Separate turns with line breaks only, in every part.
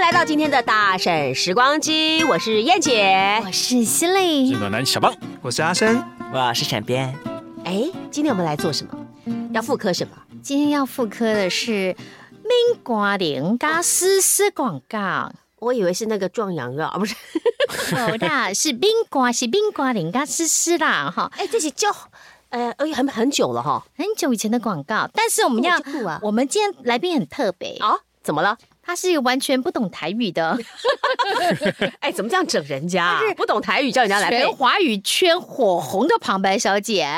来到今天的大婶时光机，我是燕姐。
我哎是西蕾
是，暖男小棒，
我是阿生，
我是闪边，
哎，今天我们来做什么？要复刻什么？
今天要复刻的是敏瓜林嘎丝丝广 告，
我以为是那个壮阳药，啊不是？
好啦，哦是冰瓜是冰瓜林嘎丝丝啦哈，
哎，这是叫呃，哎，很很久了哈。
很久以前的广告，但是我们要
哦这酷啊，
我们今天来宾很特别，
啊，怎么了？
他是一个完全不懂台语的，
哎，怎么这样整人家、啊？不懂台语叫人家来背
全。华语圈火红的旁白小姐，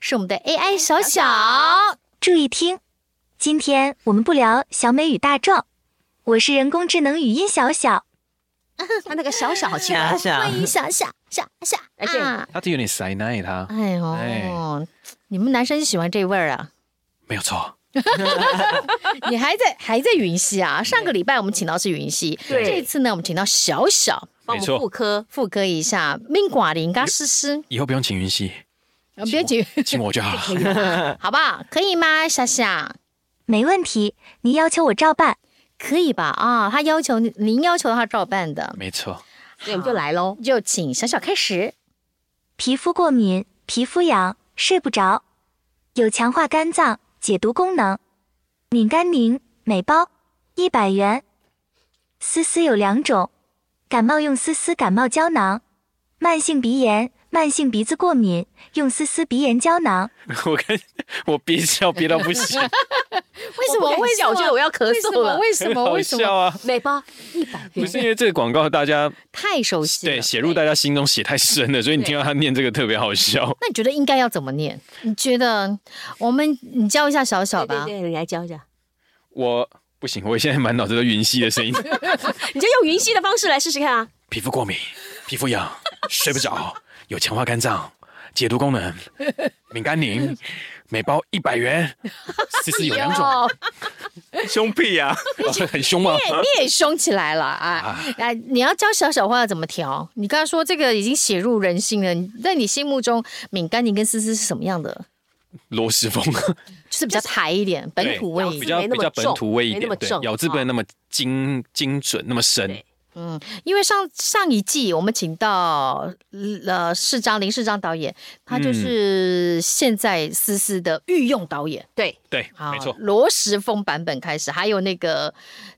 是我们的
哎
AI 小小，
注意听，今天我们不聊小美与大壮，我是人工智能语音小小，
他那个小小好奇怪
想，想
欢迎小小小小
而且
啊！
他就有点塞奶，他
哎呦
哎，
你们男生喜欢这味儿啊？
没有错。
你还在还在云溪啊？上个礼拜我们请到是云溪，
对
这次呢我们请到小小
帮我们
没错
复刻。
副歌一下，命寡林嘎诗 诗，
以后不用请云溪，
我啊们别紧，
请我就好 了。
好不好？可以吗？夏夏，
没问题，你要求我照办。
可以吧？啊、他要求您要求他照办的，
没错，
对，我们就来喽。
就请小小开始。
皮肤过敏、皮肤痒、睡不着，有强化肝脏解毒功能。敏甘宁每包一百元。丝丝有两种，感冒用丝丝感冒胶囊，慢性鼻炎、慢性鼻子过敏用丝丝鼻炎胶囊。
我跟我憋笑憋到不行，
为
什么为什么
我觉得我要咳
为什
嗽
么
了？为什
很好笑啊！
每啊包一百
不
元，
是因为这个广告大家
太熟悉了。
对写入大家心中写太深了，所以你听到他念这个特别好笑。
那你觉得应该要怎么念？你觉得我们你教一下小小
对
吧
对，对，你来教一下，
我不行，我现在满脑子都云溪的声音，
你就用云溪的方式来试试看啊。
皮肤过敏，皮肤痒，睡不着，有强化肝脏解毒功能，敏甘宁，每包一百元，其实有两种，
哟
凶屁啊呀、
哦很凶吗？
哎你也凶起来了啊！哎，你要教小小花要怎么调？你刚刚说这个已经写入人心了，你在你心目中，敏甘宁跟思思是什么样的？
罗斯风。
就是比较台一点，本土味
咬
一
比
字
点。
较
没那
比
么
较本
重
土味一
没那
点
么，
对
重，
咬字不能那么精精准，那么深
对。
因为上上一季我们请到呃市长林市长导演，他
嗯
就是现在思思的御用导演啊
对，
对，没错
罗时丰版本开始，还有那个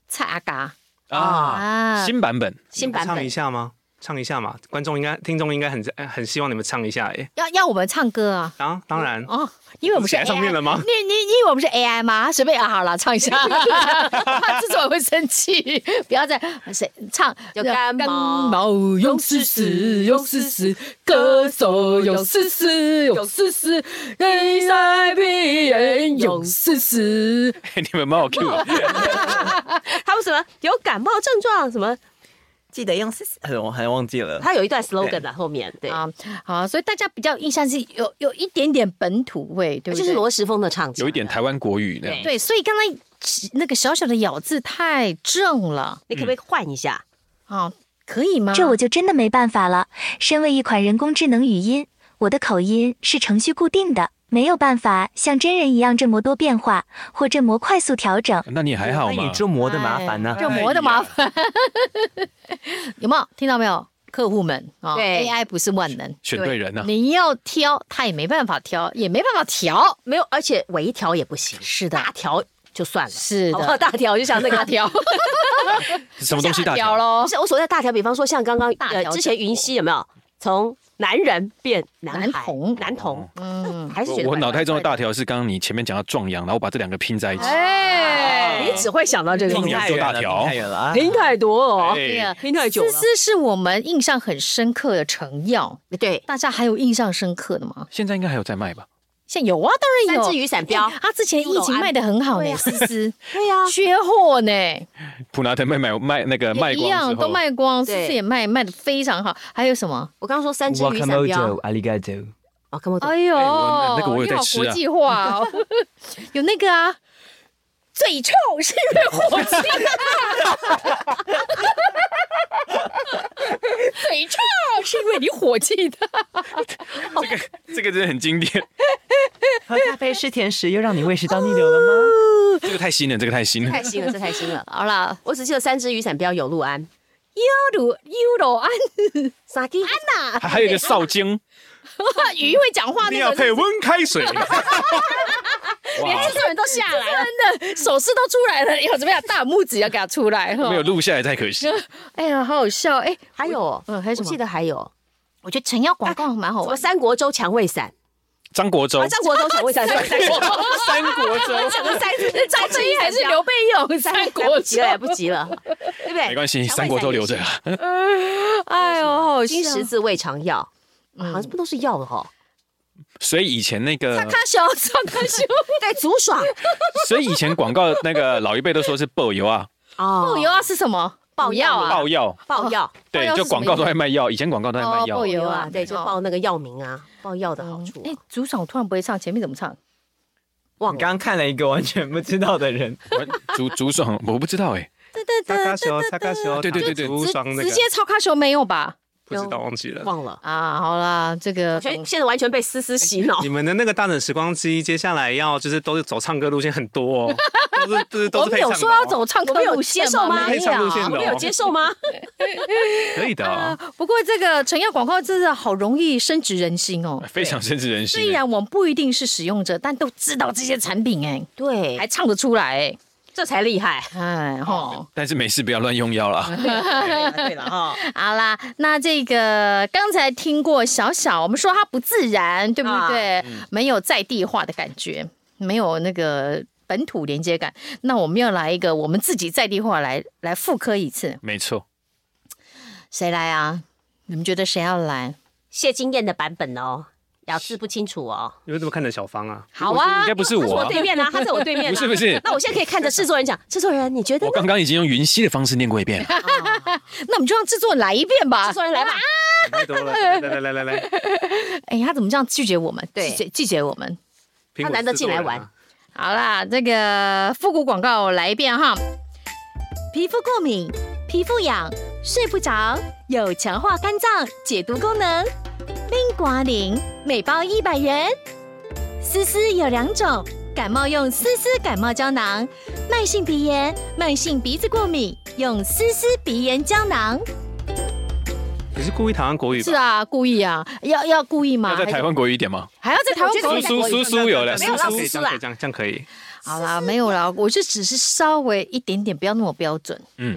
蔡阿嘎
啊。
啊，
新版本
新版
唱
本
一下吗？唱一下嘛，观众应该、听众应该很很希望你们唱一下哎。
要要我们唱歌啊。
啊，当然，
哦，因为我们是
写在上
AI
面了吗
你你你以为我们是 AI 吗？随便啊，好了，唱一下，他制作人会生气，不要再谁唱
有干毛
用丝丝，用丝丝，歌手用丝丝，用丝丝，人在鼻炎用丝丝，
你们蛮好 Q 的，
还有什么有感冒症状什么，
记得 用四四，
哎
呃我还忘记了。
它有一段 slogan 的后面，对，
啊，好，所以大家比较印象是有有一点点本土味，对不
就
对？
是罗时峰的唱腔，啊
有一点台湾国语那样。
对，所以刚才那个小小的咬字太正了
你可不可以换一下？
啊，可以吗？
这我就真的没办法了。身为一款人工智能语音，我的口音是程序固定的，没有办法像真人一样这么多变化或这么快速调整。
那你还好
那
吗
你？这磨的麻烦呢、
哎这磨的麻烦，有没有听到没有？客户们啊、
对
a i 不是万能，
选对人啊了，
你要挑，他也没办法挑，也没办法调。
没有，而且微调也不行，
是的，
大调就算了，
是
好不好？
的，
大调我就想 那个
大，调，
什么东西大
调
条？
喽
不？是我所谓的大调，比方说像刚刚
大调
呃之前云溪有没有从男人变男
男
孩
童
男童，
嗯，
还是
我
觉得
我
怪
脑袋中的
怪
大条是刚刚你前面讲到壮阳，然后我把这两个拼在一起。
哎
的，你只会想到这个
听
东
你
西
要，
太
做
远
大
了，
条
太远了啊！
听太多哦，
哎
对呀，
听太久
思
了。
思是我们印象很深刻的成药，
对，
大家还有印象深刻的吗？
现在应该还有在卖吧？
像有啊，当
三
然有。
只雨伞标，
他之前疫情卖的很好
对
呢，
啊
思思
对啊呀，
缺货呢。
普拿藤卖卖卖那个卖
也一
光
样
之
都
后，
卖光，
对
思思也卖，卖的非常好。还有什么？
我刚刚说三只雨伞标
Wakamoto，，阿里嘎多，
哦，看不懂，
哎呦，
我那个我有
你好
在吃啊
国际化哦，有那个啊，嘴臭是因为火气、嘴臭是因为你火气大。
这个这个真的很经典，
喝咖啡吃甜食又让你胃食道逆流了吗？
这个太新了，这个太新了。
太新了，这太新了。 好啦，我只记得三只雨伞标有路安、
Euro Euro 安
傻鸡、安娜、
还还有一个少京，
鱼会讲话那
一定
个
要
人，
配温开水。
连
哇
制，作人都下来了，真的手势都出来了，以后怎么样？大拇指要给他出来哈
没。有录下来太可 惜。
哎呀，好好笑哎！
还有，
嗯还有什么
我记得还有
我觉得陈耀广告蛮好
什么
玩，
三国周蔷薇伞，
张国周
啊，，三国周蔷薇伞，对三国周，
三国周，
讲了三只，
张正义还是刘备用三国
急了，来不及了，对不对？
没关系，
蔷薇伞
三国周留着
也。是
哎呦，好好笑
金！十字胃肠药，好像不都是药了哈？
所以以前那 个，
他笑，张他笑，
对，竹爽
所以以前广告那个老一辈都说是爆油 啊，
哦
爆油啊是什么？
爆药啊
爆药，
爆药，
对
爆药，是
就
什么
广告都在卖药，以前广告都在卖
哦
药
爆。
有
油
啊
啊，，
对，就
哦。
报那个药名啊，报药的好处啊
哎，组长突然不会唱，前面怎么唱？
忘
你
了
刚刚看了一个完全不知道的人，
我竹竹爽，我不知道 哎，
擦卡修，擦卡修，
对对对对
无双那
直
个
接超卡球没有吧？
不知道忘记了。
哎忘了，
啊，好啦，这 个
我觉得现在完全被思思洗脑
你。们的那个大胆时光机，接下来要就是都是走唱歌路线很多哦，都是都是都
我
是配
们有
唱的哦
说要走唱
我
歌
们有
路
接
线
受吗？
可以上路线的哦
我们有接受吗？
可以的哦
啊，，不过这个成药广告真的好容易深植人心 哦。
非常深植人心欸
虽。然我们不一定是使用者，但都知道这些产品哎，
对
还，唱得出来
这才厉害。
哎，哎吼，
但是没事，不要乱用 药了。
对了哈，
好啦，那这个刚才听过小小，我们说它不自然，对不
啊
对？没有在地化的感觉，没有那个本土连接感。那我们要来一个我们自己在地化来来复刻一次，
没错，
谁来啊？你们觉得谁要来？
谢金燕的版本哦，咬字不清楚哦。
你们怎么看着小芳啊？
好啊
应，该不是我
我
啊，
对面啊，他在我对面、啊。
不是不是
那我现在可以看着制作人讲，制作人你觉得
我
呢？
刚刚已经用云溪的方式念过一遍了。
那我们就让制作人来一遍吧
制。作人来吧，
太多了，来来来来来，
哎，他怎么这样拒绝我们？
对
拒绝拒绝我们。
苹
他
果
难得进来玩
制作人
好
啊，
啦，这个复古广告来一遍哈。皮肤过敏、皮肤痒、睡不着，有强化肝脏解毒功能。冰瓜灵每包一百元。丝丝有两种，感冒用丝丝感冒胶囊，慢性鼻炎、慢性鼻子过敏用丝丝鼻炎胶囊。
你是故意台湾国语吧？
是啊，故意啊，要要故意吗？
要在台湾国语一点吗？
还要在台湾
我
国
觉得你
语
苏苏苏苏有了，
这
苏
样
苏
可以
苏
这
啦
样可以这样这样可以。
好啦，没有啦，我就只是稍微一点点，不要那么标准，
嗯，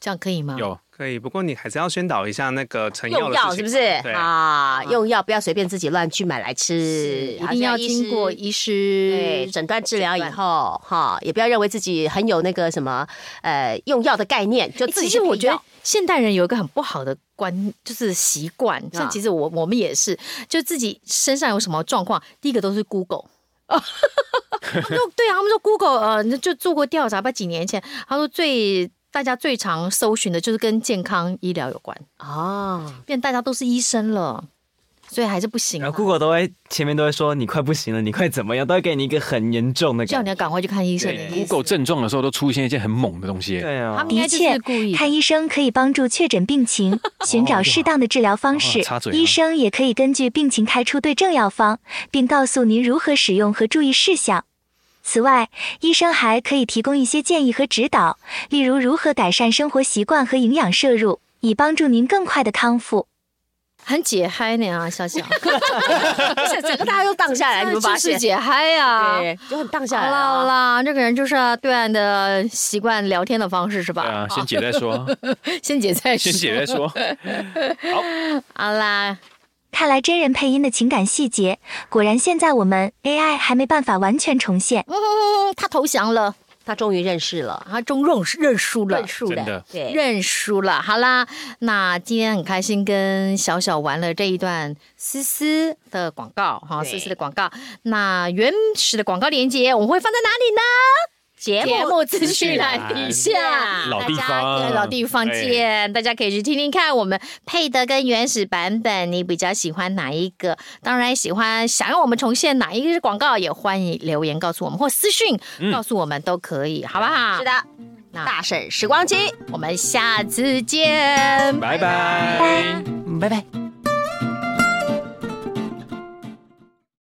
这样可以吗？
有
可以，不过你还是要宣导一下那个成药
用
的
药
事
是
情
不是
对，
啊？用药不要随便自己乱去买来吃，
一定要经过
医师
医师
对诊断治疗以后哈，也不要认为自己很有那个什么呃用药的概念，就
欸
自
其
己去
实
配
我觉得
药
现代人有一个很不好的观，就是习惯。
啊
像其实我我们也是，就自己身上有什么状况，第一个都 是 Google。他们说对啊，他们说 Google 呃，就做过调查吧，几年前他说最大家最常搜寻的就是跟健康医疗有关，
啊，
变大家都是医生了，所以还是不行啊、
然后 Google 都会前面都会说你快不行了，你快怎么样，都会给你一个很严重的
叫
感
你
觉。
要赶快去看医生的意思。
，Google 症状的时候都出现一件很猛的东西。
对
他
啊
们，应该就是故意的
看医生可以帮助确诊病情，寻找适当的治疗方式
哦插嘴。啊
医生也可以根据病情开出对症药方，并告诉您如何使用和注意事项。此外，医生还可以提供一些建议和指导，例如如何改善生活习惯和营养摄入，以帮助您更快的康复。
很解嗨呢啊，笑笑，
不是整个大家都荡下来，你们发
就
现
是？解嗨呀、
对，就很荡下
好
来
啦好
啊。
啦，这个人就是对岸的习惯聊天的方式是吧？
对啊，先解再 说，
先解再说。
先解再说。
好啦，
看来真人配音的情感细节，果然现在我们 AI 还没办法完全重现。
嗯，他投降了，
他终于认识了，
他中认认输了
认。输
真的
对，
认输了，好啦，那今天很开心跟小小玩了这一段思思的广告哈，
对
思思的广告。那原始的广告链接我们会放在哪里呢？
节
节
目
目资讯栏底下，
老
大
地
家
方哎
对老地方
对
见，大家可以去听听看我们配的跟原始版本，你比较喜欢哪一个？当然喜欢想要我们重现哪一个广告，也欢迎留言告诉我们或私讯
嗯
告诉我们都可以，好不好？
是，的，
那嗯
大婶时光机。
我们下次见，
拜拜。
拜拜。